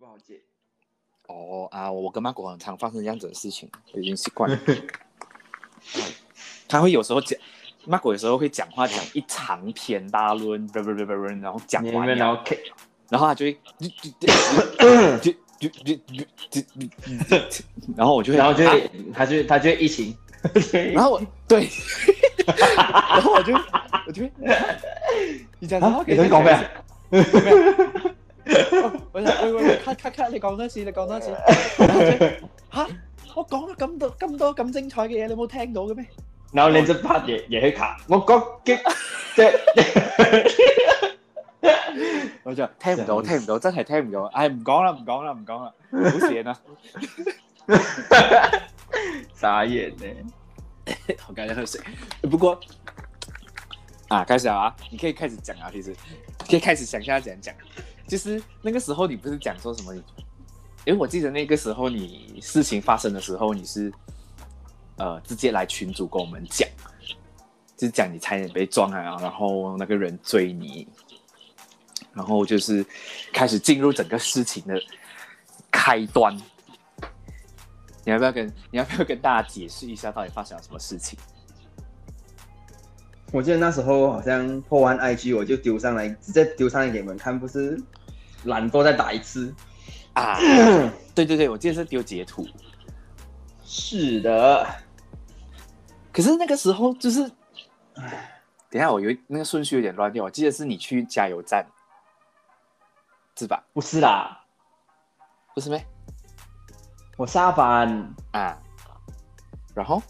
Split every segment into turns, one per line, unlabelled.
好解。
哦啊，我跟曼谷很常发生这样子的事情，我已经习惯了。他会有时候讲，曼谷有时候会讲话讲一长篇大论，不不不不，然后讲
你
完
们
了，
聊 K，
然后他就会，就就就就就，然后我就会，
然后就会，他就他就会疫情，对
然后我对，然后我就我就会，你讲什
啊
么？
你想講咩啊？
我就喂喂喂，咔咔咔，你講多次，你講 多次。然後我就吓，我講咗咁多咁多咁精彩嘅嘢，你冇聽到嘅咩？
然后連着 part 也也会卡。我講嘅，即
我就聽唔到，聽唔到，真係聽唔到。唉，唔講啦，唔講啦，唔講啦，好邪啊！
傻眼呢。
我刚才喝水， 不过啊，开始了啊，你可以开始讲啊，其实可以开始想一下怎样讲。就是那个时候你不是讲说什么你？因为我记得那个时候你事情发生的时候，你是呃直接来群主跟我们讲，就是讲你差点被撞啊，然后那个人追你，然后就是开始进入整个事情的开端。你要不要跟你要不要跟大家解释一下到底发生了什么事情？
我记得那时候好像破完 IG 我就丢上来，直接丢上来给你们看，不是懒惰再打一次。
啊，对对对，我记得是丢截图。
是的，
可是那个时候就是，等一下我有一那个顺序有点乱掉，我记得是你去加油站，是吧？
不是啦，
不是咩？
我下班
啊，然后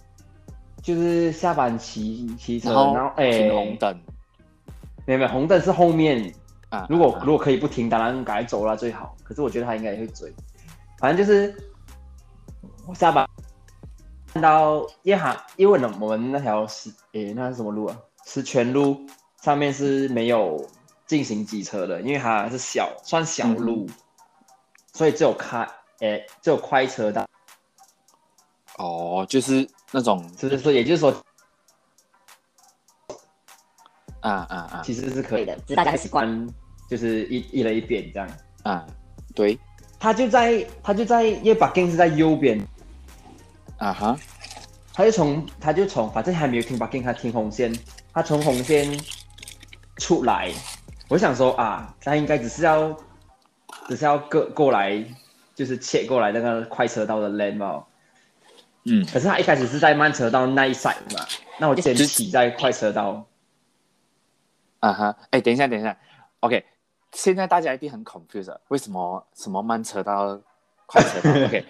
就是下班骑骑车，
然
然
后
后
呃停
哎，
红灯
没有没有，红灯是后面，
啊，
如果
啊
如果可以不停，当然赶快走了最好。可是我觉得他应该也会追，反正就是我下班看到夜航，因为呢我们那条石诶、那是什么路啊？石泉路上面是没有进行机车的，因为它是小算小路，
嗯
所以只有开诶、只有快车道，
哦，就是那种
是不是说也就是说
啊啊啊
其实是可
对
以
的
的，，
只是大家的习惯。
嗯，就是一一人一边这样。
啊，对
他就在他就在，因为 b a r k i n g 是在右边，
啊哈，
他就从他就从反正还没有停 b a r k i n g 他停红线，他从红线出来，我想说啊，他应该只是要只是要过过来，就是切过来那个快车道的 lane 嘛。
嗯，
可是他一开始是在慢车道那一 side 嘛，那我就先
就是
骑在快车道。
啊哈，哎，等一下，等一下，OK，现在大家一定很 confused，了为什么什么慢车道、快车道 ？OK，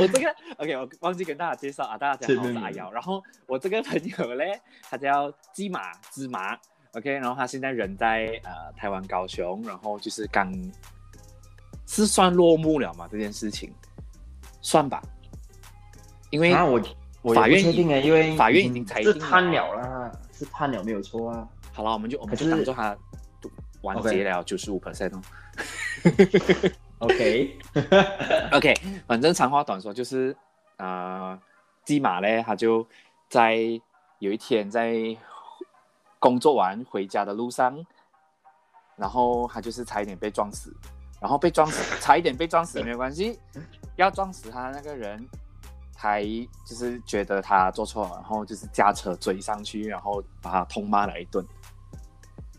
我这个 OK，我忘记跟大家介绍啊，大家好，我
是
是
是
阿瑶。然后我这个朋友嘞，他叫鸡马芝麻，OK，然后他现在人在呃台湾高雄，然后就是刚是算落幕了嘛这件事情，算吧，因为
啊，我我也
法院
不确定哎，因为
法院已经裁定
是
了
判了啦，是判了没有错啊。
好了，我们就我们
可
就是当做他完
OK
结了九十五 percent 哦。
OK，
OK，反正长话短说就是，呃，基马嘞，他就在有一天在工作完回家的路上，然后他就是差一点被撞死，然后被撞死，差一点被撞死没有关系，要撞死他那个人还就是觉得他做错了，然后就是驾车追上去，然后把他痛骂了一顿，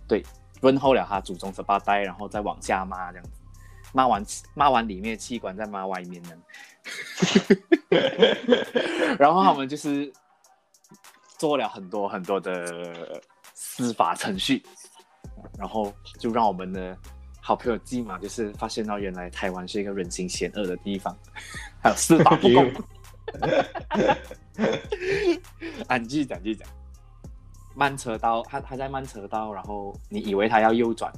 对，问候了他祖宗十八代，然后再往下骂这样子。骂完骂完里面的气管，再骂外面的。 然后他们就是做了很多很多的司法程序，然后就让我们的好朋友基马就是发现到原来台湾是一个人心险恶的地方， 还有司法不公。
哎
啊，你继续讲，继续讲。慢车道，他他在慢车道，然后你以为他要右转，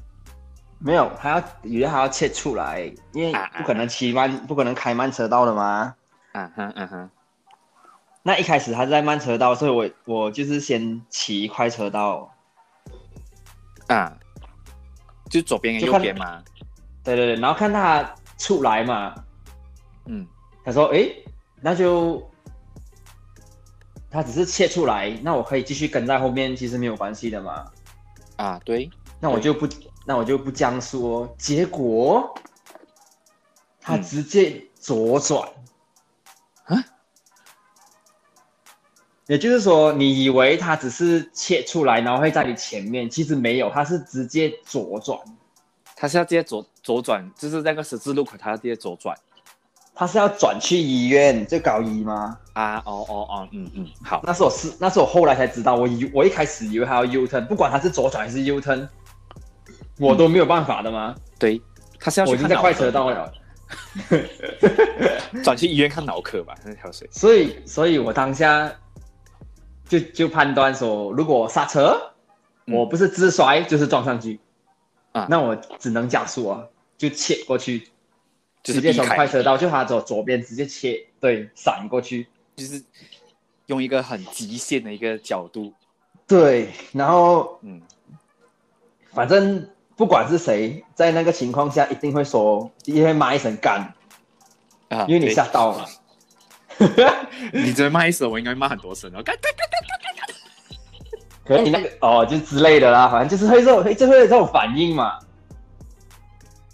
没有，还要以为还要切出来，因为
啊啊
不可能骑慢，不可能开慢车道的嘛。
嗯哼嗯哼，
那一开始他是在慢车道，所以我我就是先骑快车道，
啊，就左边跟
就
右
看
边嘛。
对对对，然后看他出来嘛，
嗯
他说诶，那就他只是切出来，那我可以继续跟在后面，其实没有关系的嘛。
啊，对，
那我就不那我就不降速哦。结果
他
嗯
直接左转，
啊
也就是说，你以为它只是切出来，然后会在你前面，其实没有，它是直接左转，
他是要直接左左转，就是那个十字路口，他要直接左转
它是要转去医院，就高一吗？
啊！哦哦哦，嗯嗯，好，
那是我是那是我后来才知道，我以我一开始以为它要 U turn，不管它是左转还是 U turn，我都没有办法的嘛，
对，他是要
我
去
已经
看
在
脑
快车
科
道了。
转去医院看脑科吧，那条水。
所以，所以我当下就就判断说，如果刹车，
嗯
我不是自摔就是撞上去，
啊
那我只能加速啊，就切过去，
就是
直接从
避开
快车道就他走左边直接切，对，闪过去，
就是用一个很极限的一个角度，
对，然后
嗯，
反正不管是谁，在那个情况下一定会说，一定会骂一声干，
啊，
因为你
对
吓到了，
你只会骂一声，我应该骂很多声哦。干干干
可能你那个哦就之类的啦，反正就是会这种会就会有这种反应嘛，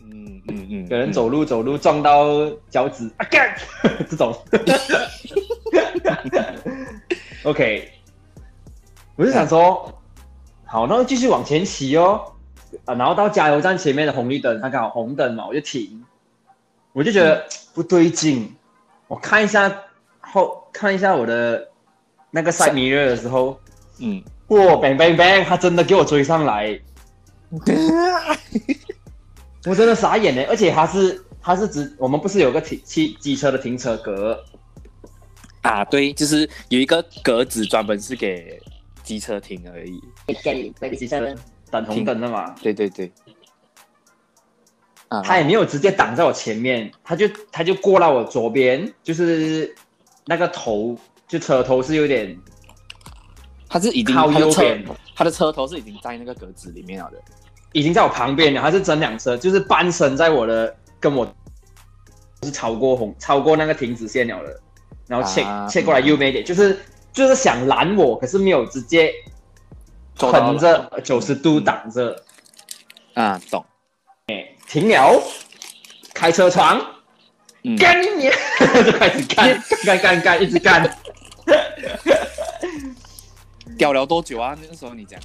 嗯嗯嗯，
有人走路走路撞到脚趾 啊干这种。OK，我就想说，好，那就继续往前骑哦，啊，然后到加油站前面的红绿灯，它刚好红灯嘛，我就停，我就觉得、不对劲，我看一下后看一下我的那个 side mirror 的时候，
嗯，
哇，bang bang bang，他真的给我追上来，
嗯
我真的傻眼欸嘞！而且它是它是指我们不是有个停汽机车的停车格，
啊，对，就是有一个格子专门是给机车停而已。
那个机车等红灯的嘛，
对对对，啊，
他也没有直接挡在我前面，他就他就过到我左边，就是那个头就车头是有点
他是已经
靠
他的
右
车
边，
他的车头是已经在那个格子里面了的。
已经在我旁边了，他是整辆车就是半身在我的跟我是超过红超过那个停止线了的，然后切
啊
切、过来右边一点，就是就是想拦我，可是没有直接
做到
横着呃九十度挡着。
啊，懂，
停了，开车窗，
嗯，
干你 娘！就开始干，干干干，一直干。
屌了多久啊？那个时候你讲，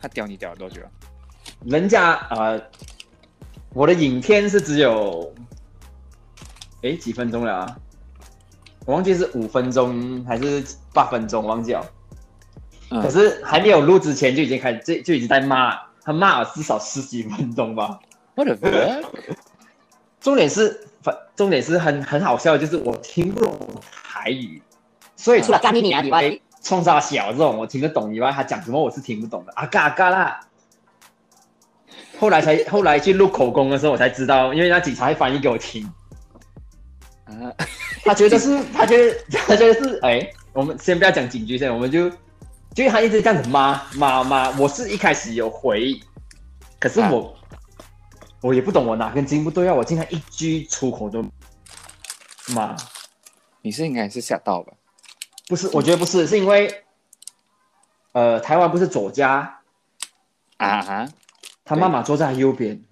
他屌你屌了多久啊？
人家呃，我的影片是只有，诶，几分钟了啊？我忘记是五分钟还是八分钟，忘记了。
嗯
可是还没有录之前就已经开始，就就已经在骂，他骂了至少十几分钟吧。
我的妈！
重点是，反重点是很很好笑，的就是我听不懂台语，所以除了
干你娘啊以外，
冲沙小这种我听得懂以外，他讲什么我是听不懂的，啊嘎啊嘎啦。后来才 后来去录口供的时候，我才知道，因为那警察会翻译给我听，
啊，
他觉得是，他觉得 他觉得是，哎、我们先不要讲警局先，我们就，就是他一直这样子骂骂骂，我是一开始有回，可是我、我也不懂我哪根筋不对啊，我竟然一句出口都骂。
你是应该是吓到吧？
不是，我觉得不是，是因为，呃，台湾不是左家，
啊哈，
他妈妈坐在他右边，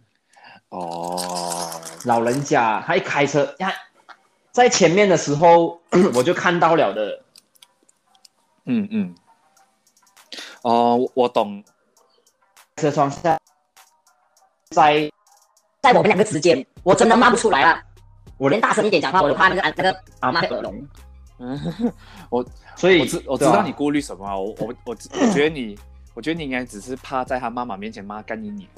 哦，
老人家他一开车，他在前面的时候我就看到了的，
嗯嗯，哦，我我 懂，
车窗下，在
在我们两个之间，我真的骂不出来了。
我
我
连
连大声一点讲话，我都怕那个那个
阿
阿
妈
妈会耳聋。
嗯，
所以
我知我知
对啊
道你顾虑什么啊，我我我我觉得你，我觉得你应该只是怕在他妈妈面前骂干你你，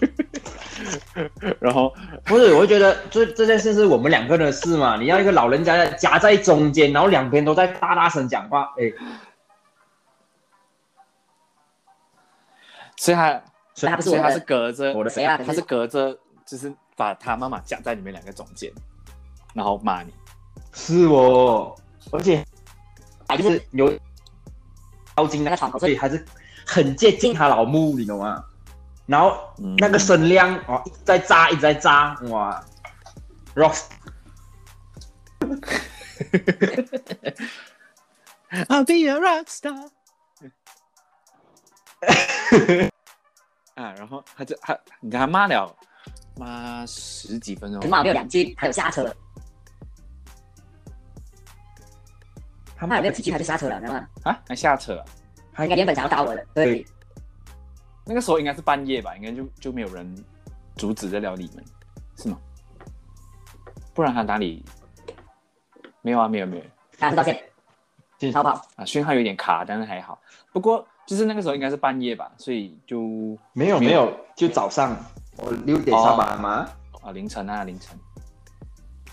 然后
不是，我就觉得这这件事是我们两个人的事嘛，你要一个老人家夹在中间，然后两边都在大大声讲话，哎，
所以他
所以他不是
所
我
以他
的
是隔着
我的
谁啊
他是隔着就是把他妈妈夹在你们两个中间，然后骂你，
是哦，而且
摆
啊就
就是是
有妖精那个
那个窗口，
所
所以
以还是很接近他老母，你懂吗？然后
嗯
那个声量哦，一直在炸，一直在炸，哇，rock
，I'll be a rock star 。啊，然后他就他，你看他骂了，妈十几分钟
可，能还有两句，还有刹车，
他
那有没有几句他就刹车了，知道吗？
啊，还下车啊、
他应该原本想要打我的，对，
那个时候应该是半夜吧，应该就就没有人阻止得了你们，是吗？不然他哪里？没有啊，没有没有
他是道歉，
就是
逃跑，
啊，讯号有点卡，但是还好。不过就是那个时候应该是半夜吧，所以就
没有哦没有，就早上我六点下班嘛，
啊凌晨啊凌晨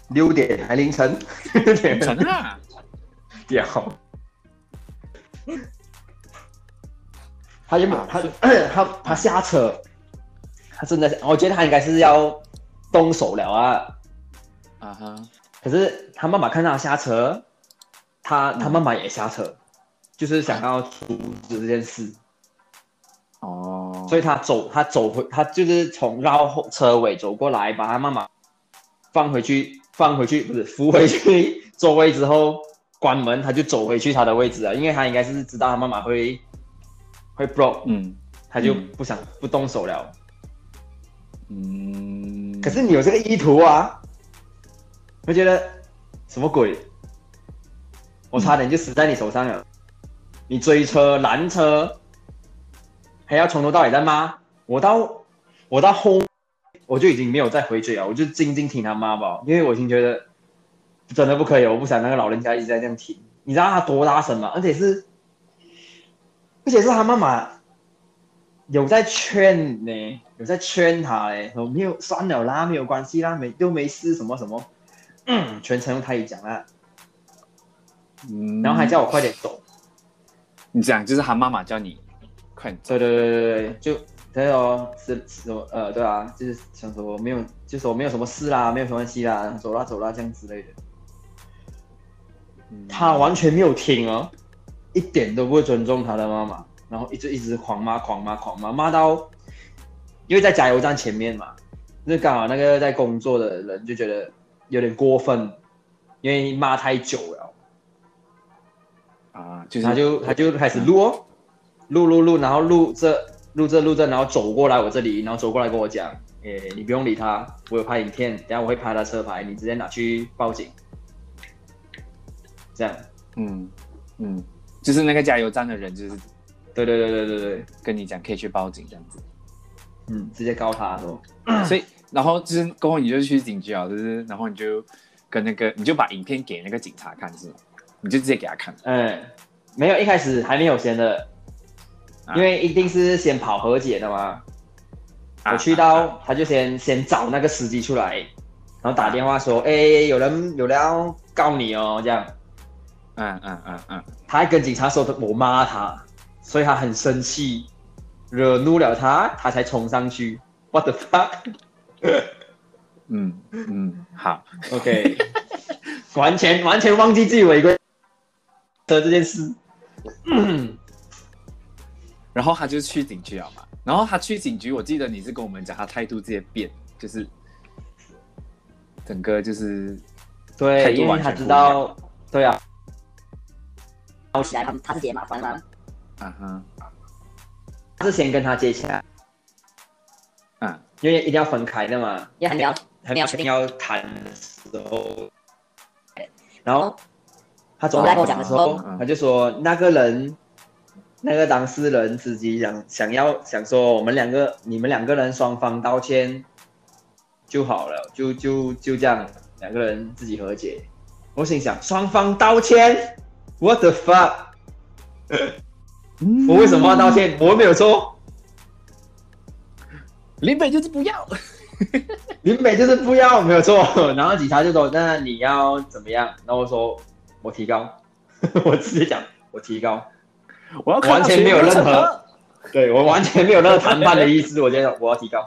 六点还凌晨，
凌晨啊，
屌。他原本他 他他下车，他真的是，我觉得他应该是要动手了啊。
啊哈，
可是他妈妈看到他下车，他
嗯
他妈妈也下车，就是想要阻止这件事，
哦，
所以他走他走回他就是从绕后车尾走过来，把他妈妈放回去放回去不是扶回去座位之后关门，他就走回去他的位置啊了，因为他应该是知道他妈妈会会 block，
嗯
他就
嗯
不想不动手了。
嗯，
可是你有这个意图啊，我觉得什么鬼？我差点就死在你手上了。你追车拦车，还要从头到尾在骂我到我到后，我就已经没有再回追了，我就静静听他骂吧，因为我已经觉得真的不可以，我不想那个老人家一直在这样听。你知道他多大声吗？而且是，而且是他妈妈有在劝呢，有在劝他嘞，我没有算了啦，没有关系啦，没又没事什么什么， 嗯，全程用泰语讲啦，
嗯
然后还叫我快点走，
你讲，就是他妈妈叫你快点
对
走，
对对对对，就对哦，是是我呃对啊，就是想说我没有，就是我没有什么事啦，没有什么关系啦，走啦走啦这样之类的，
嗯
他完全没有听哦，一点都不尊重他的妈妈，然后一直一直狂骂狂骂狂骂，骂到，因为在加油站前面嘛，那刚好那个在工作的人就觉得有点过分，因为骂太久了，
啊，就是
他就他就开始录哦，录录录，然后录这录这录这，然后走过来我这里，然后走过来跟我讲，诶、你不用理他，我有拍影片，等下我会拍他车牌，你直接拿去报警，这样，
嗯嗯，就是那个加油站的人，就是
对对对对对对。
跟你讲可以去报警这样 子，
嗯，直接告他说，
所以然后就是过后你就去警局啊，就是然后你就跟那个你就把影片给那个警察看是吗？你就直接给他看，
嗯，没有，一开始还没有先的，
啊
因为一定是先跑和解的嘛。
啊
我去
啊啊
到，他就先先找那个司机出来，然后打电话说，哎、有人有人要告你哦，这样。
嗯嗯嗯嗯，
他还跟警察说我骂他，所以他很生气，惹怒了他，他才冲上去。What the fuck？OK，、
嗯嗯，好，
OK 完全完全忘记自己违规的这件 事。
然后他就去警局了嘛，然后他去警局，我记得你是跟我们讲他态度直接变，就是整个就是态
对，
度
因为
完
他
全不
知
一样
道，对啊，
然后起来他他自己也麻烦了，
啊哈，
他是先跟他接洽，
嗯
因为一定要分开的嘛，
因为还没有
他
没有
们
确
一
定
定要谈的时候，然后他走
哦我
来
来
跟我讲
跟我
的
讲的
时
时
候
候，
他就说那个人，那个当事人自己想想要想说我们两个你们两个人双方道歉就好了，就就就这样两个人自己和解。我心想双方道歉，what the fuck？我为什么要道歉？我又没有错。
林北就是不要，
林北就是不要，没有错。 然后警察就说：“那你要怎么样？”然后我说：“我提高。” 我直接讲：“我提高。
我要
完全没有任何
何，
对我完全没有那个谈判的意思，我觉得我要提 高。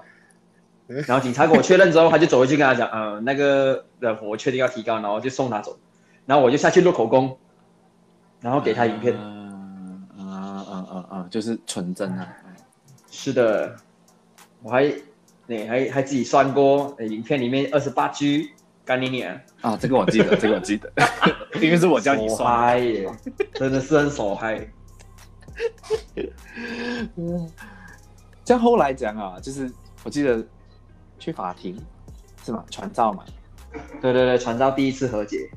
然后警察跟我确认之后，他就走回去跟他讲：“嗯、那个呃，我确定要提高，然后就送他走。”然后我就下去录口供，然后给他影片。
嗯啊啊啊啊，就是纯真啊，
是的，我还那、还还自己算过，呃影片里面二十八 G，干你娘！
啊，这个我记得，这个我记得，因为是我叫你
手
刷。
嗨耶，真的是很手嗨。
嗯像后来讲啊，就是我记得去法庭，是吗？传召嘛，
对对对，传召第一次和解，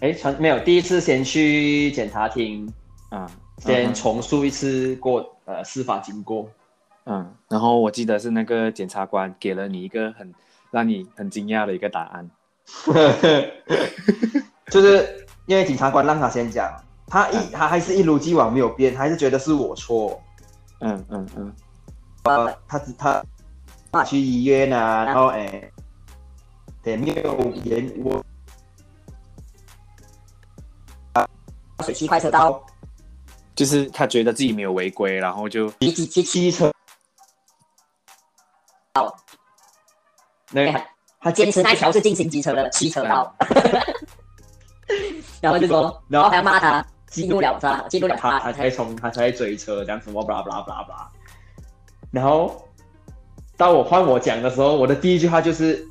哎，传没有第一次先去检察厅，
啊，
先重述一次过呃司法经过，
嗯，然后我记得是那个检察官给了你一个很让你很惊讶的一个答案，
就是因为检察官让他先讲，他一他还是一如既往没有变，还是觉得是我错，
嗯嗯嗯，
呃，他只他他去医院啊，然后哎，也没有延误，
水汽快车道，
就是他觉得自己没有违规，然后就
骑骑骑骑
机车
道，
那个
他呃坚持那条是进行机车的骑车道，然后就说，然后还要骂他激怒了他，激怒了
他
他，
他才从他才追车，讲什么巴拉巴拉巴拉巴拉。然后当我换我讲的时候，我的第一句话就是：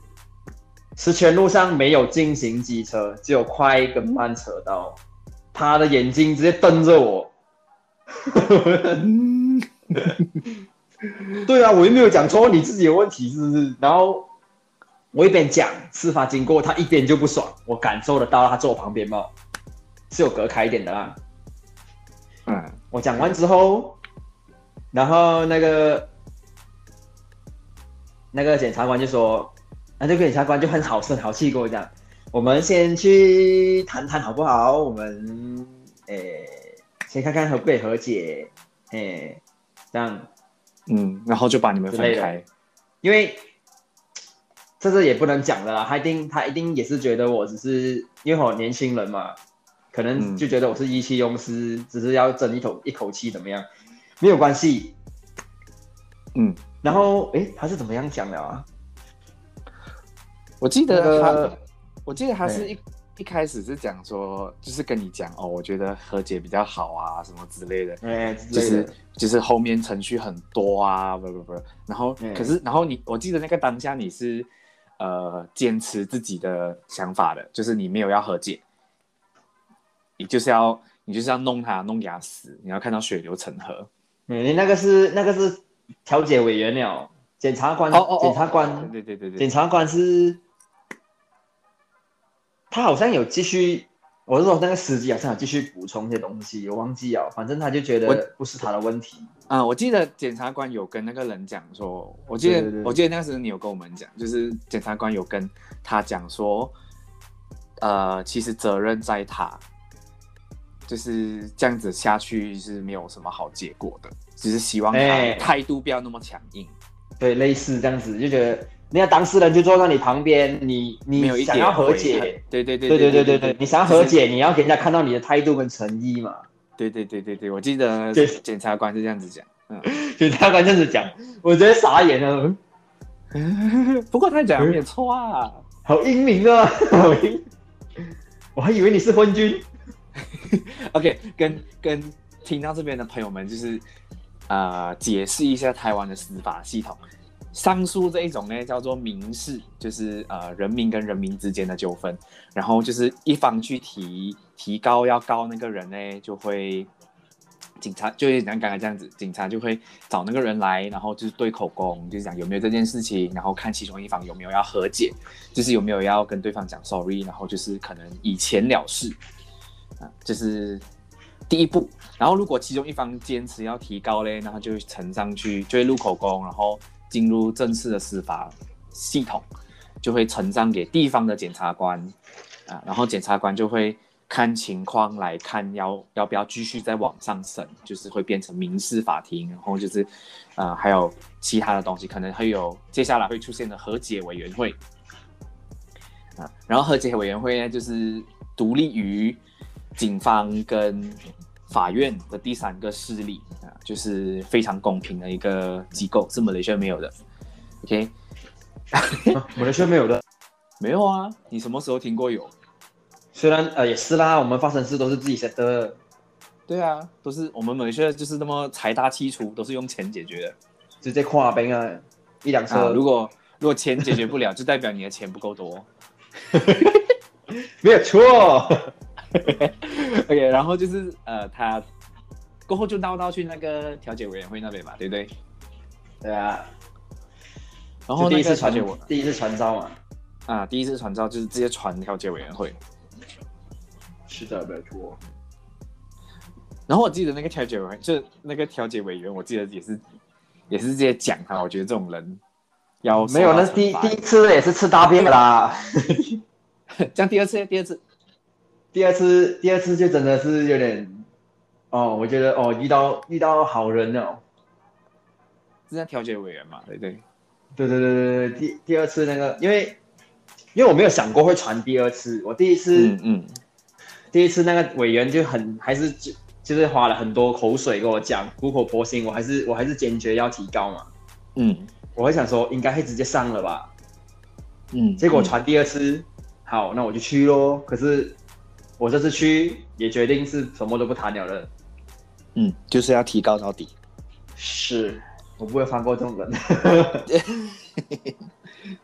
石泉路上没有进行机车，只有快跟慢车道。他的眼睛直接瞪着我。对啊，我又没有讲错，你自己有问题是不是？然后我一边讲事发经过，他一边就不爽，我感受得到他坐我旁边嘛，是有隔开一点的啦。
嗯
我讲完之后，然后那个那个检察官就说，啊那这个检察官就很好声好气跟我讲，我们先去谈谈好不好？我们诶、先看看可不可以和解，诶、这样，
嗯，然后就把你们
之类
分
的
开，
因为这是也不能讲的啦，他一定他一定也是觉得我只是因为我年轻人嘛，可能
嗯
就觉得我是意气用事，只是要争一口一口气怎么样，没有关系。
嗯，
然后诶，他是怎么样讲的啊？
我记得
那个
他，我记得他是一一开始是讲说，就是跟你讲哦，我觉得和解比较好啊，什么之类的，
哎，之
就
类的
是就是后面程序很多啊，不不不，然后、
嗯
可是然后你，我记得那个当下你是呃坚持自己的想法的，就是你没有要和解，你就是要你就是要弄他弄给他死，你要看到血流成河。
嗯你那个是那个是调解委员了，检察官，
哦哦哦，
检察官，
对对对对
检
对，
察官是，他好像有继续，我是说那个司机好像有继续补充一些东西，我忘记了，反正他就觉
我
得不是他的问题，
啊、我记得检察官有跟那个人讲说，我记得
对对对
我记得那时候你有跟我们讲，就是检察官有跟他讲说，呃，其实责任在他，就是这样子下去是没有什么好结果的，只是希望他
哎
态度不要那么强硬。
对，类似这样子，就觉得人家当事人就坐在你旁边，你
没有一
你想
点
要和
悔
解
恨，对对对
对
对
对对对，你想要和，
就是
解，你要给人家看到你的态度跟诚意嘛。
对对对对对，我记得
对
检察官是这样子讲，
就他刚这样子讲，我觉得傻眼了，嗯
嗯，不过他讲得没有错啊，
好英明啊， 好英，我还以为你是昏君。
OK，跟跟听到这边的朋友们，就是啊、呃解释一下台湾的司法系统。上诉这一种呢，叫做民事，就是呃人民跟人民之间的纠纷，然后就是一方去提提告要告那个人呢，就会警察就像刚才这样子，警察就会找那个人来，然后就是对口供，就是讲有没有这件事情，然后看其中一方有没有要和解，就是有没有要跟对方讲 sorry，然后就是可能以前了事，啊，这是第一步。然后如果其中一方坚持要提高嘞，那他就会呈上去，就会录口供，然后进入正式的司法系统，就会呈上给地方的检察官啊，然后检察官就会看情况来看要要不要继续再往上审，就是会变成民事法庭，然后就是呃还有其他的东西，可能会有接下来会出现的和解委员会。啊，然后和解委员会呢，就是独立于警方跟法院的第三个势力啊，就是非常公平的一个机构，是马来西亚没有的。OK，
我的车没有的，
没有啊，你什么时候听过有？
虽然呃也是啦，我们发生事都是自己 set 的，
对啊，都是我们马来西亚就是那么财大气粗，都是用钱解决
直接跨冰啊，一辆
的啊。
车，
如果如果钱解决不了，就代表你的钱不够多。
没有错，
OK，然后就是呃，他过后就闹到去那个调解委员会那边嘛，对不对？
对啊，
然
就
后
第一
那
次
个
传
调解委
第一次传招嘛。
啊，第一次传召就是直接传调解委员会。
是的，没错。
然后我记得那个调解委员，就是那个调解委员，我记得也是也是直接讲他，我觉得这种人要受
没有，
到
那是第
惩罚
第一 次也是吃大便啦。
这样第二次第二次
第二次，第二次就真的是有点，哦，我觉得哦，遇到遇到好人了。
是在调解委员嘛，对不对？
对对对对对，第第二次那个，因为因为我没有想过会传第二次，我第一次、
嗯嗯，
第一次那个委员就很还是就就是花了很多口水跟我讲苦口婆心，我还是我还是坚决要提高嘛。
嗯
我会想说应该会直接上了吧，
嗯，
结果
嗯
传第二次，好，那我就去咯。可是我这次去也决定是什么都不谈了的，
嗯，就是要提高到底。
是我不会放过这种人。
嗯，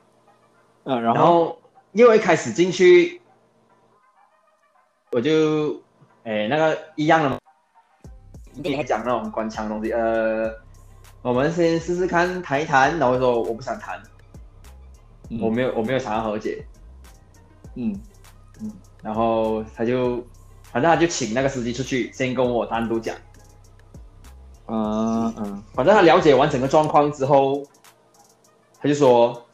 然
然
后
后因为我一开始进去，我就哎那个一样的嘛，
你
你
给
讲那种官腔的东西，呃，我们先试试看谈一谈，然后我说我不想谈，
嗯
我没有我没有想要和解，
嗯
然后他就反正他就请那个司机出去，先跟我单独讲。
嗯嗯
反正他了解完整个状况之后，他就说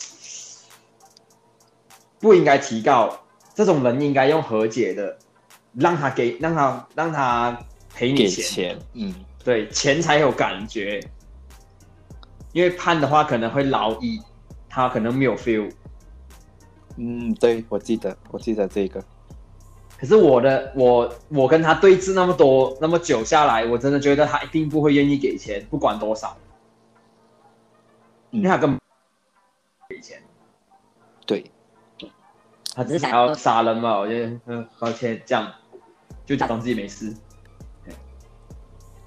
不应该提告，这种人应该用和解的，让他给让他让他赔你
给
钱，
钱，嗯
对钱才有感觉，因为判的话可能会劳役，他可能没有 feel。
嗯，对我记得我记得这个，
可是我的我我跟他对峙那么多那么久下来，我真的觉得他一定不会愿意给钱，不管多少，
嗯
因为他根本
对，
他只是想要杀人嘛，我觉得嗯，抱歉，这样就假装自己没事。对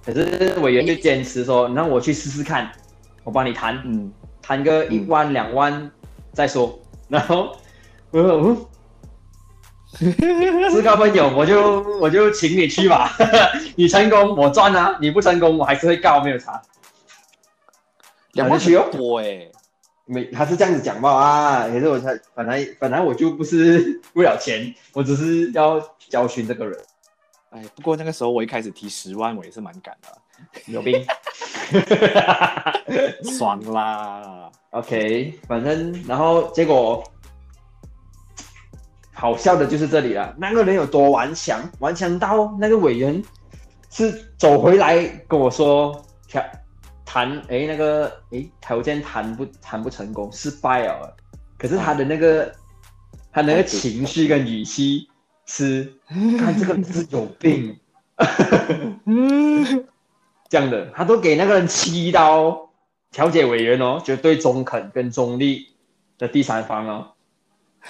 可是委员就坚持说，你让我去试试看，我帮你谈，
嗯
谈个一万两万再说。然后，我说嗯，是个朋友，我就我就请你去吧， 你成功我赚啊，你不成功我还是会告，没有差。
两万
去哦
很多哎，
没，他是这样子讲吧啊，可是我才本来本来我就不是为了钱，我只是要教训这个人。
哎，不过那个时候我一开始提十万，我也是蛮敢的，啊
有病。
爽啦，
OK，反正然后结果好笑的就是这里了。那个人有多顽强，顽强到那个委员是走回来跟我说条谈诶，那个诶条件谈不谈不成功，失败了。可是他的那个、他那个情绪跟语气是，看这个人是有病。
嗯，
这样的，他都给那个人七刀。调解委员哦，绝对中肯跟中立的第三方哦，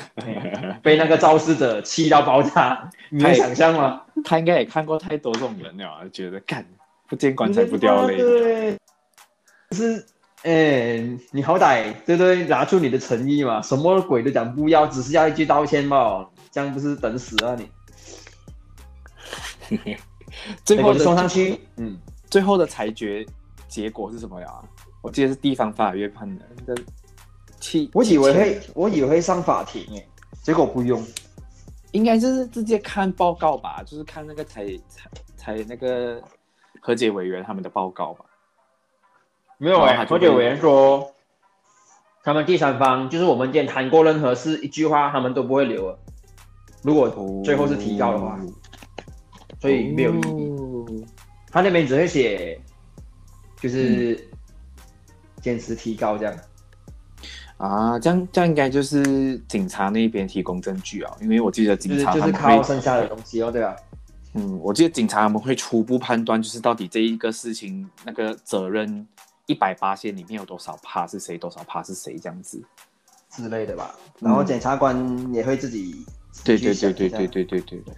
被那个肇事者气到爆 炸，你能想象吗？
他应该也看过太多这种人了，觉得干不见棺材不掉泪，
对，就是，哎，你好歹对不对，拿出你的诚意嘛，什么鬼都讲不要，只是要一句道歉嘛，这样不是等死啊你？
最
结
后
果
的
就送上去，嗯，
最后的裁决结果是什么呀？我记得是地方法院判的，那七，
我以为
七千
会，我以为会上法庭诶，结果不用，
应该就是直接看报告吧，就是看那个裁裁裁那个和解委员他们的报告吧。
没有
然后
哎、
哦他
欸，
就
调解
会
委员说，他们第三方就是我们今天谈过任何事，一句话他们都不会留了。如果哦最后是提高的话，
哦
所以没有意义。
义。
他那边只会写，
嗯
就是坚持提高这样。
啊，这样这样应该就是警察那边提供证据啊，因为我记得
就
警
是
察
就
他
是
们
靠
会，
剩下的东西哦，对吧？
嗯，我记得警察他们会初步判断，就是到底这一个事情那个责任一百八线里面有多少趴是谁，多少趴是谁这样子。
之类的吧。
嗯
然后检察官也会自己
对
去
对
想
对
一下
对对对对对，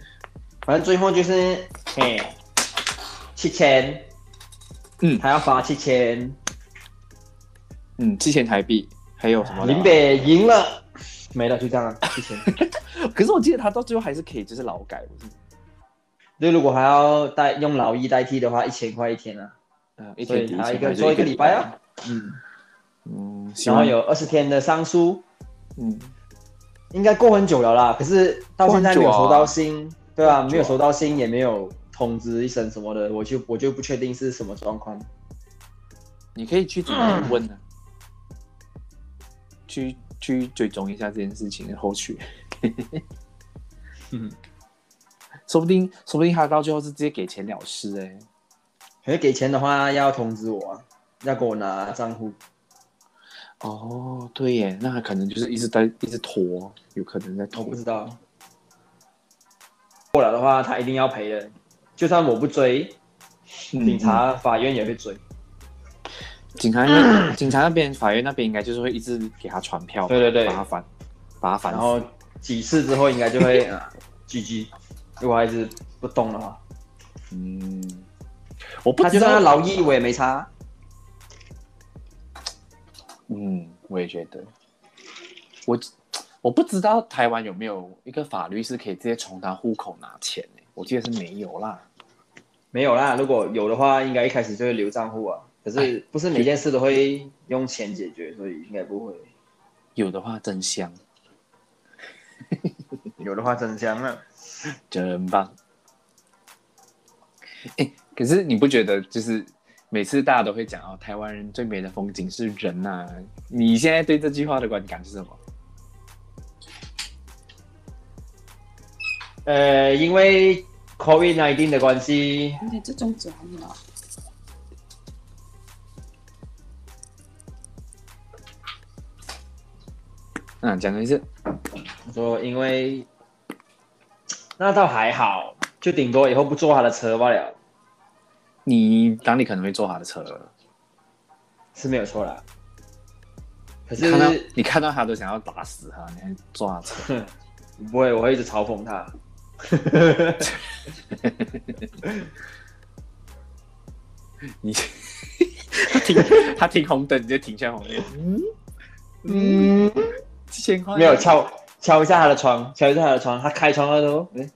反正最后就是，嘿，七千，
嗯
他要罚七千，
嗯，七千台币，还有什么的啊？
林北赢了，没了，就这样啊 了，七千。
可是我记得他到最后还是可以，就是劳改，我是
就如果还要代用劳役代替的话，一千块一天啊，
嗯，一
所
天
以
抵
还有一
一
个啊
千，
做一个礼拜啊。嗯，
嗯，希
然后
望
有二十天的上书，
嗯，
应该过很久了啦。可是到现在没有收到信，对啊，
很久啊
没有收到信，也没有通知一声什么的，我就我就不确定是什么状况。
你可以具体地问啊， 去去追踪一下这件事情的后续。
嗯，
说不定，说不定他到最后是直接给钱了事哎、
可是给钱的话要通知我啊，要给我拿账户。
哦，对耶，那他可能就是一直在一直拖，有可能在
我
拖
哦不。知道。过了的话，他一定要赔的。就算我不追，
嗯
警察、法院也会追。
警 察那警察那边、法院那边应该就是会一直给他传票，
对对对
把他烦，把他烦
然
死。
后几次之后，应该就 会啊，GG。如果还是不动的话，
嗯，我不
他就
知
算要
道，
劳役，我也没差。
嗯，我也觉得，我我不知道台湾有没有一个法律是可以直接从他户口拿钱欸我记得是没有啦。
没有啦，如果有的话，应该一开始就会留账户啊。可
哎
是不是每件事都会用钱解决，所以应该不会。
有的话真香，
有的话真香啊了。
真棒。哎，可是你不觉得就是每次大家都会讲哦，台湾人最美的风景是人呐、你现在对这句话的观感是什么？
呃，因为 COVID 1 9的关系，
你看这种转了，
嗯、讲的是
说因为那倒还好，就顶多以后不坐他的车罢了，
你哪里可能会坐他的车？
是没有错啦。可
你看到
是
你看到他都想要打死他，你还坐他车？
不会，我会一直嘲讽他。
你 他停 他停红灯，你就停下红灯，
嗯，
七千块啊
没有敲敲一下他的窗，敲一下他的窗，他开窗了都，哎，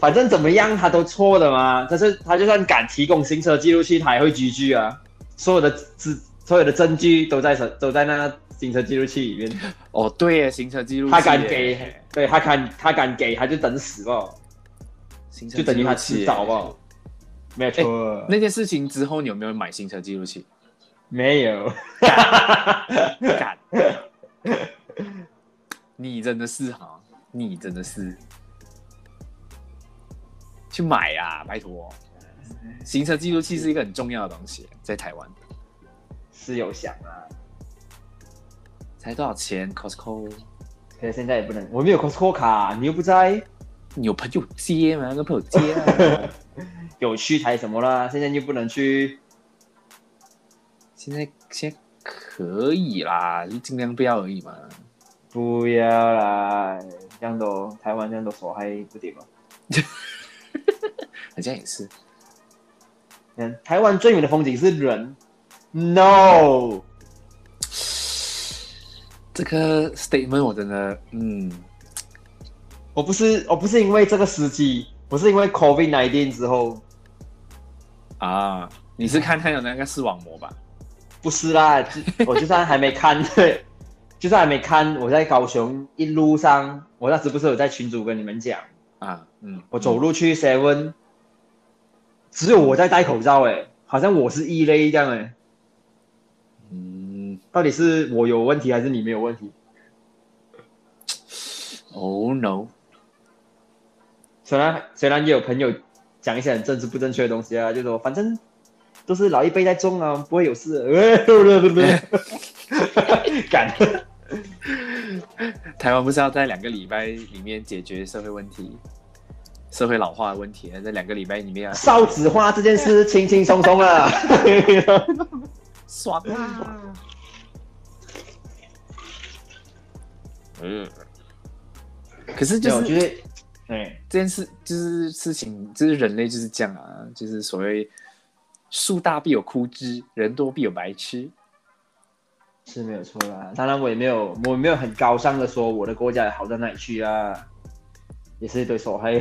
反正怎么样他都错的嘛。但是他就算敢提供行车记录器，他也会 GG 啊。所有的资所有的证据都在手都在那行车记录器里面。
哦，对耶，行车记录器耶
他敢给，对他敢他敢给，他就等死吧，
行车
就等于他
记录器
迟
耶
早吧。没有错，
那件事情之后，你有没有买行车记录器？
没有，
敢，你真的是哈，你真的是去买啊，拜托！行车记录器是一个很重要的东西，在台湾
是有想啊，
才多少钱？Costco，
可是现在也不能，我没有 Costco 卡，你又不在，
你有朋友借吗？跟朋友借啊！
有去台什么啦？现在又不能去，
现在现在可以啦，就尽量不要而已嘛。
不要啦，这样都台湾这样都所害不得吧？
好像也是，
嗯，台湾最美的风景是人，No，
这个 statement 我真的，嗯，
我不是我不是因为这个时机，我是因为 COVID 1 9之后，
啊，你是看他有那个视网膜吧？
不是啦，就我就算还没看，对，就算还没看，我在高雄一路上，我那时不是有在群组跟你们讲，
啊，嗯，
我走路去 Seven，只有我在戴口罩、欸，好像我是异类一样、欸，
嗯，
到底是我有问题还是你没有问题？
哦 no，
虽然虽然也有朋友讲一些很政治不正确的东西啊，就说反正都是老一辈在种啊，不会有事 的，对对对对，敢。
台湾不是要在两个礼拜里面解决社会问题、社会老化的问题，在两个礼拜里面要
少子化这件事轻轻松啊松了，
爽啊！嗯，可是
没
就
有，
是
就是，哎，
这件事，就是事情，就是人类就是这样啊，就是所谓树大必有枯枝，人多必有白痴。
是没有错啦。当然，我也没有，我没有很高尚的说我的国 家好到哪里去啊，也是一堆所谓。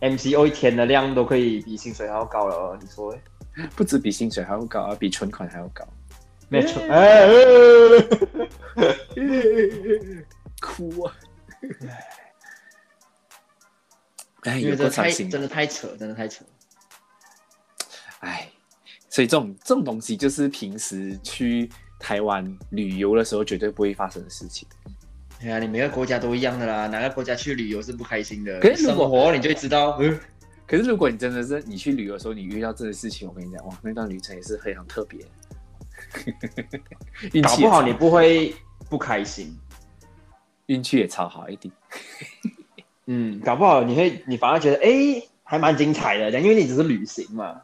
MCO 一天的量都可以比薪水还要高了哦，你说欸？
不止比薪水还要高啊，比存款还要高，
没有错，
哎哎哎哎
哭啊！哎，
因为
有
真
够
的
伤
太
心
真的太扯，真的太扯。
哎，所以这种这种东西就是平时去台湾旅游的时候绝对不会发生的事情。
哎呀，你每个国家都一样的啦，哪个国家去旅游是不开心的？
可是如
生
果呃
活你就会知道，嗯，
可是如果你真的是你去旅游的时候，你遇到这些事情，我跟你讲，哇，那段旅程也是非常特别。 运
搞
气
不
也
好
超
你不会不开心，
运气也超好一点。
嗯，搞不好你会你反而觉得哎还蛮精彩的，因为你只是旅行嘛。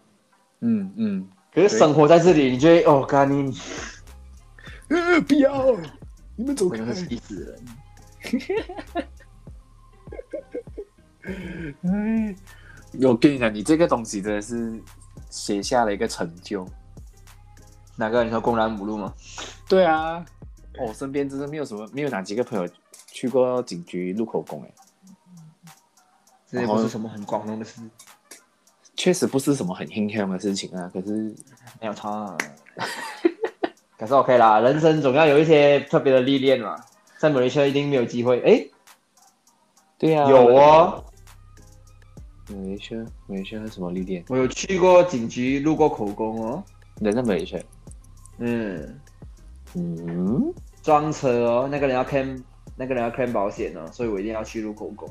嗯嗯，
可是生活在这里，你就会哦，干你，
呃，不要，你们走
我真的是气死人。
哎，我跟你讲，你这个东西真的是写下了一个成就。
哪个？你说公然五路吗？
对啊，我、身边真的没有什么，没有哪几个朋友去过警局录口供，哎，
这也不是什么很广东的事，
确实不是什么很轻松的事情啊。可是，
没有差、啊。可是 OK 啦，人生总要有一些特别的历练嘛。在马来西亚一定没有机会，哎，
对呀、啊，
有哦，
马来西亚，马来西亚啊是什么历练？
我有去过警局录过口供哦，
人在马来西亚，
嗯，
嗯，
装车哦，那个人要 claim，那个人要 claim 保险哦，所以我一定要去录口供，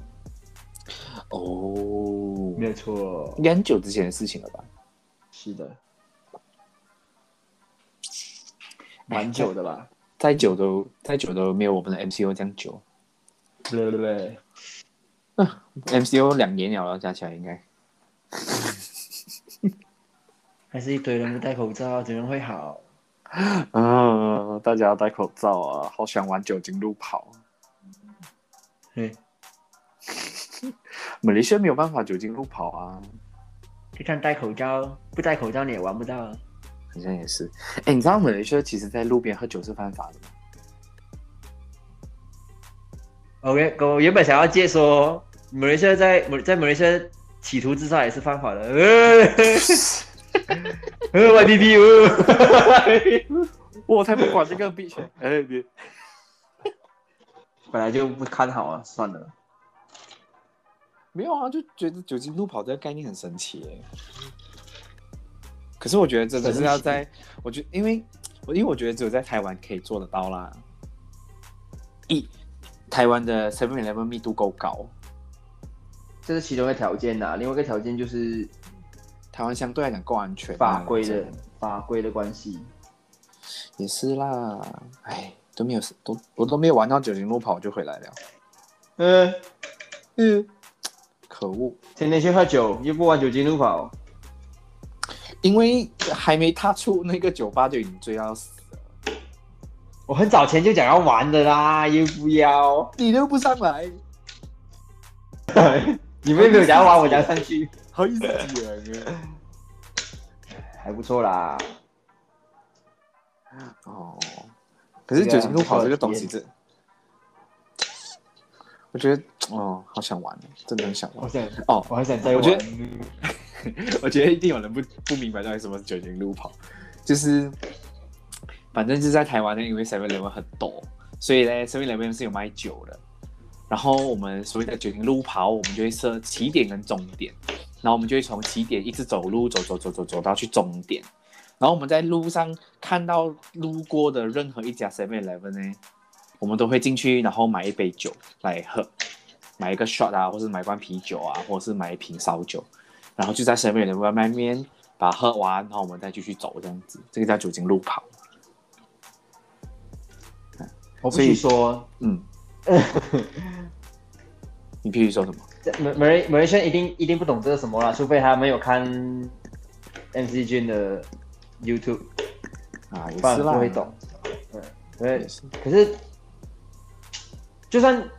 哦，
没有错
应，该很久之前的事情了吧？
是的，蛮久的啦，
再久都再久都没有我们的 MCO 这样久
对对对，
，MCO 两年了，加起来应该。
还是一堆人不戴口罩，怎样会好？
嗯，大家要戴口罩啊！好想玩酒精路跑。
嗯，
马来西亚没有办法酒精路跑啊，
就算戴口罩，不戴口罩你也玩不到啊。
好像也是。哎，你知道马来西亚其实在路边喝酒是犯法的吗？
OK，我原本想要借说，马来西亚在在马来西亚企图自杀也是犯法的。呃呃，YPP，呃
我才不管这个 b i 哎，别，
本来就不看好啊，算了。
没有啊，就觉得酒精路跑这个概念很神奇耶。可是我觉得真的是要在，我觉因为我因为我觉得只有在台湾可以做得到啦。一，台湾的 Seven Eleven 密度够高，
这是其中一个条件呐、另外一个条件就是
台湾相对来讲够安全啊，
法规
这
的
样
法规的关系。
也是啦，哎，都没有都我都没有玩到酒精路跑就回来了，
嗯、
嗯，可恶，
天天去喝酒又不玩酒精路跑，
因为还没踏出那个酒吧就已经醉到死了，
我很早前就讲要玩的啦，又不要。
你又不上来，
你们有没有讲要玩，我讲上去，
好意思讲啊？
还不错啦。
哦，可是酒精路跑这个东西真，我觉得哦，好想玩，真的很想
我
玩。
想，
哦，
我还想再玩。
我觉得我觉得一定有人不不明白到底什么是酒精路跑，就是反正就是在台湾呢，因为 Seven Eleven 很多，所以呢 Seven Eleven 是有卖酒的。然后我们所谓的酒精路跑，我们就会设起点跟终点，然后我们就会从起点一直走路走走走走走到去终点。然后我们在路上看到路过的任何一家 Seven Eleven 呢，我们都会进去，然后买一杯酒来喝，买一个 shot 啊，或是买一罐啤酒啊，或是买一瓶烧酒，然后就在 Seven Eleven 外面把它喝完，然后我们再继续走这样子，这个叫酒精路跑。
我必
所以
须说，
嗯，你必须说什么？
这马马来马来西亚一定一定不懂这是什么啦，除非他们有看 MC 君的 YouTube，
啊，也
不然
是
不
啦，
会懂。嗯，对
也，是。
可是就算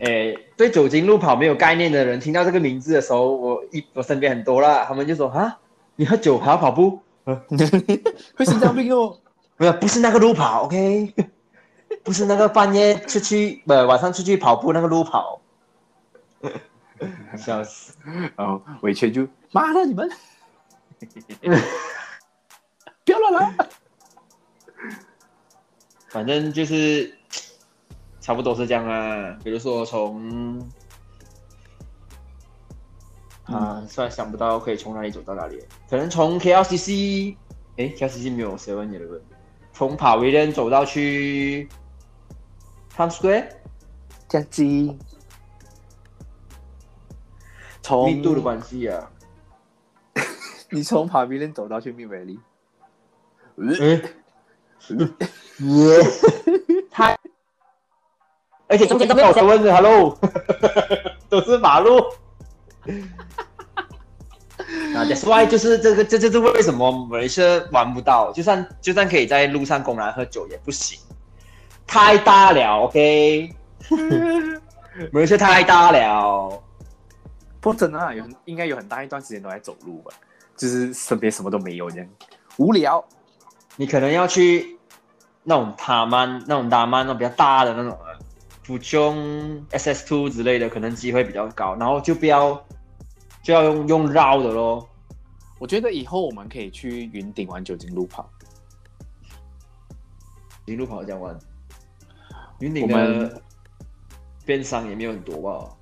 诶、对酒精路跑没有概念的人，听到这个名字的时候，我一我身边很多啦，他们就说啊，你喝酒还要跑步？
会心脏病 哦。
没有，不是那个路跑，OK，不是那个半夜出去不、晚上出去跑步那个路跑。 笑死！
然后哦维权就妈的你 们，不要乱来。
反正就是差不多是这样啦。比如说从啊，突然想不到可以从哪里走到哪里，可能从 KLCC，哎，KLCC 没有 Seven Eleven，从 Pavilion 走到去 Times Square，
这样子，从
密度的关系啊。
你从旁边走到去密维利，呃
嗯，耶，他，而且中间都没有车位子，Hello，都是马路。啊，That's why 就是这个，这这是为什么马来西亚玩不到，就算就算可以在路上公然喝酒也不行，太大了，OK，马来西亚太大了，
不过真的、啊、有很应该有很大一段时间都在走路吧，就是身边什么都没有这样，无聊。
你可能要去那种塔曼、那种大曼、那种比较大的那种啊，普通 SS Two 之类的，可能机会比较高，然后就不要就要用用绕的咯。
我觉得以后我们可以去云顶玩酒精路跑，
一路跑这样玩，云顶
我们
的边商也没有很多吧？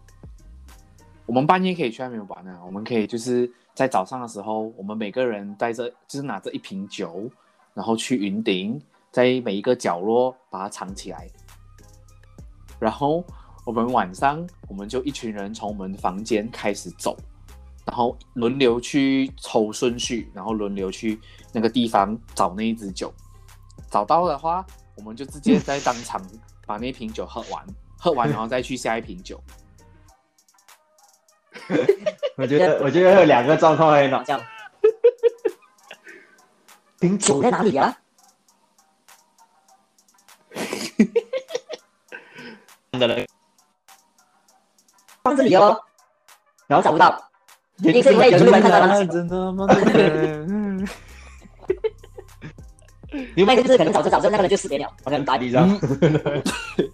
我们半夜可以去那边玩啊，我们可以就是在早上的时候，我们每个人带着就是拿着一瓶酒，然后去云顶，在每一个角落把它藏起来，然后我们晚上我们就一群人从我们房间开始走，然后轮流去抽顺序，然后轮流去那个地方找那一支酒，找到的话，我们就直接在当场把那瓶酒喝完，喝完然后再去下一瓶酒。
我觉 得我觉得有两个状况很好
这 样
挺
酒在哪里啊呀、
的人，
放这里哦，
然后
找不到。
也
是因为有路人看到他们
真的嗯吗？
你
另外一个就是可能早知早知那个人就死定了，
好像打地上，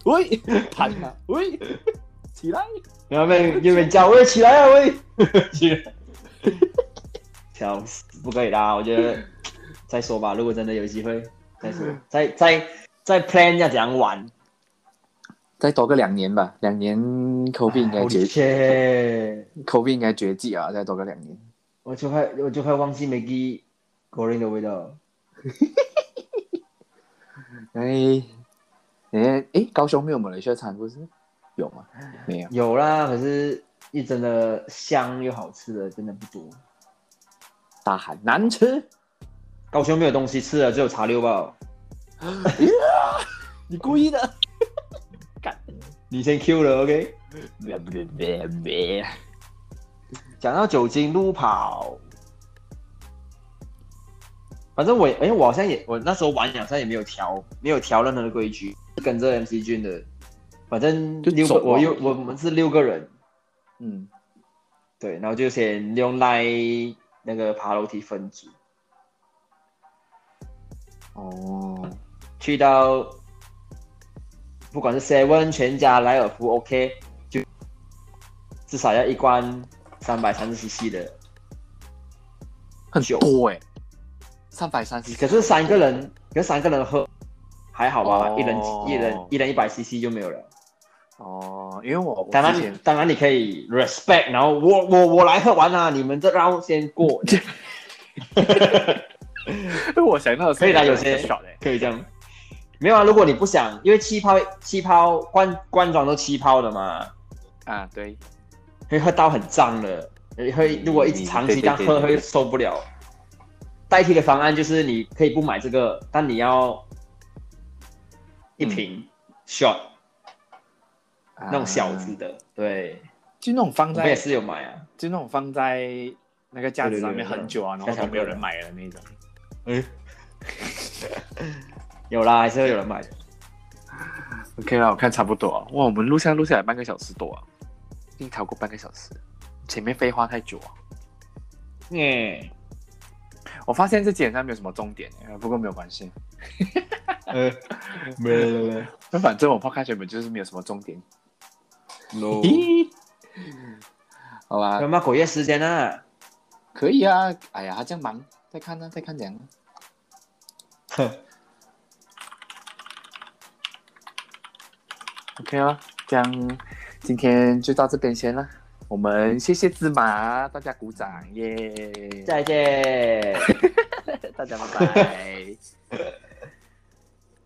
喂，盘啊，喂，起来！
然后被又被叫喂 起来啊喂，起来，笑死，不可以啦，我觉得再说吧，如果真的有机会再 说，再再再 plan 一下怎样玩。
再多个两年吧，两年 COVID 应该绝
绝，
，COVID 应该绝迹啊！再多个两年，
我就快我就快忘记 Maggie Goreng 的味道了。
哎，哎哎，高雄没有马来西亚餐不是？有吗？没有。
有啦，可是一真的香又好吃的真的不多。
大喊难吃，
高雄没有东西吃了，只有茶六包。
你故意的。干，
你先 Q 了，OK？
别别别别！
讲到酒精路跑，反正我也，哎、我好像也，我那时候玩好像也没有调，没有调任何的规矩，跟着 MC 君的，反正
就
六
走
个，
啊
我又我们是六个人，
嗯，
对，然后就先用来那个爬楼梯分组，
哦，
去到不管是 Seven、全家、莱尔夫 OK，就至少要一罐三百三十 CC 的
很
久
多哎，三百三十。
可是三个人，可是三个人喝还好吧，
哦
一人一人一人一百 CC 就没有了。
哦，因为我我
当
之
然
前
你当然你可以 respect，然后我我我来喝完啦、啊你们这 round 先过，
我想到的
可以啦，有些
欸
可以这样。没有啊，如果你不想，因为气泡气泡罐罐装都气泡的嘛，
啊，对，
会喝到很胀的，会
嗯
如果一直长期这样
对对
喝
对对
会受不了。代替的方案就是你可以不买这个，但你要一瓶 shot、那种小
嗯啊
支的，对。
就那种放
我们也
在
是有买啊，
就那种放在那个架子上面很久啊，
对对对
然后都没有人买的那种。
有啦，还是会有人买的。
OK 啦，我看差不多啊。哇，我们录下录下来半个小时多啊，一定超过半个小时。前面废话太久啊，
耶、
我发现这基本上没有什么重点，不过没有关系，
呃，没了没了
哦那反正我 podcast 原本就是没有什么重点。
，no，
咦，好吧
有，没有鬼月时间啊？
可以啊。哎呀，他这样忙，再看呢、再看怎样啊。OK 啊，这样今天就到这边先了。我们谢谢芝麻，大家鼓掌耶
再见。
大家拜拜。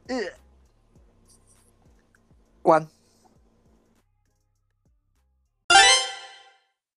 呃，关。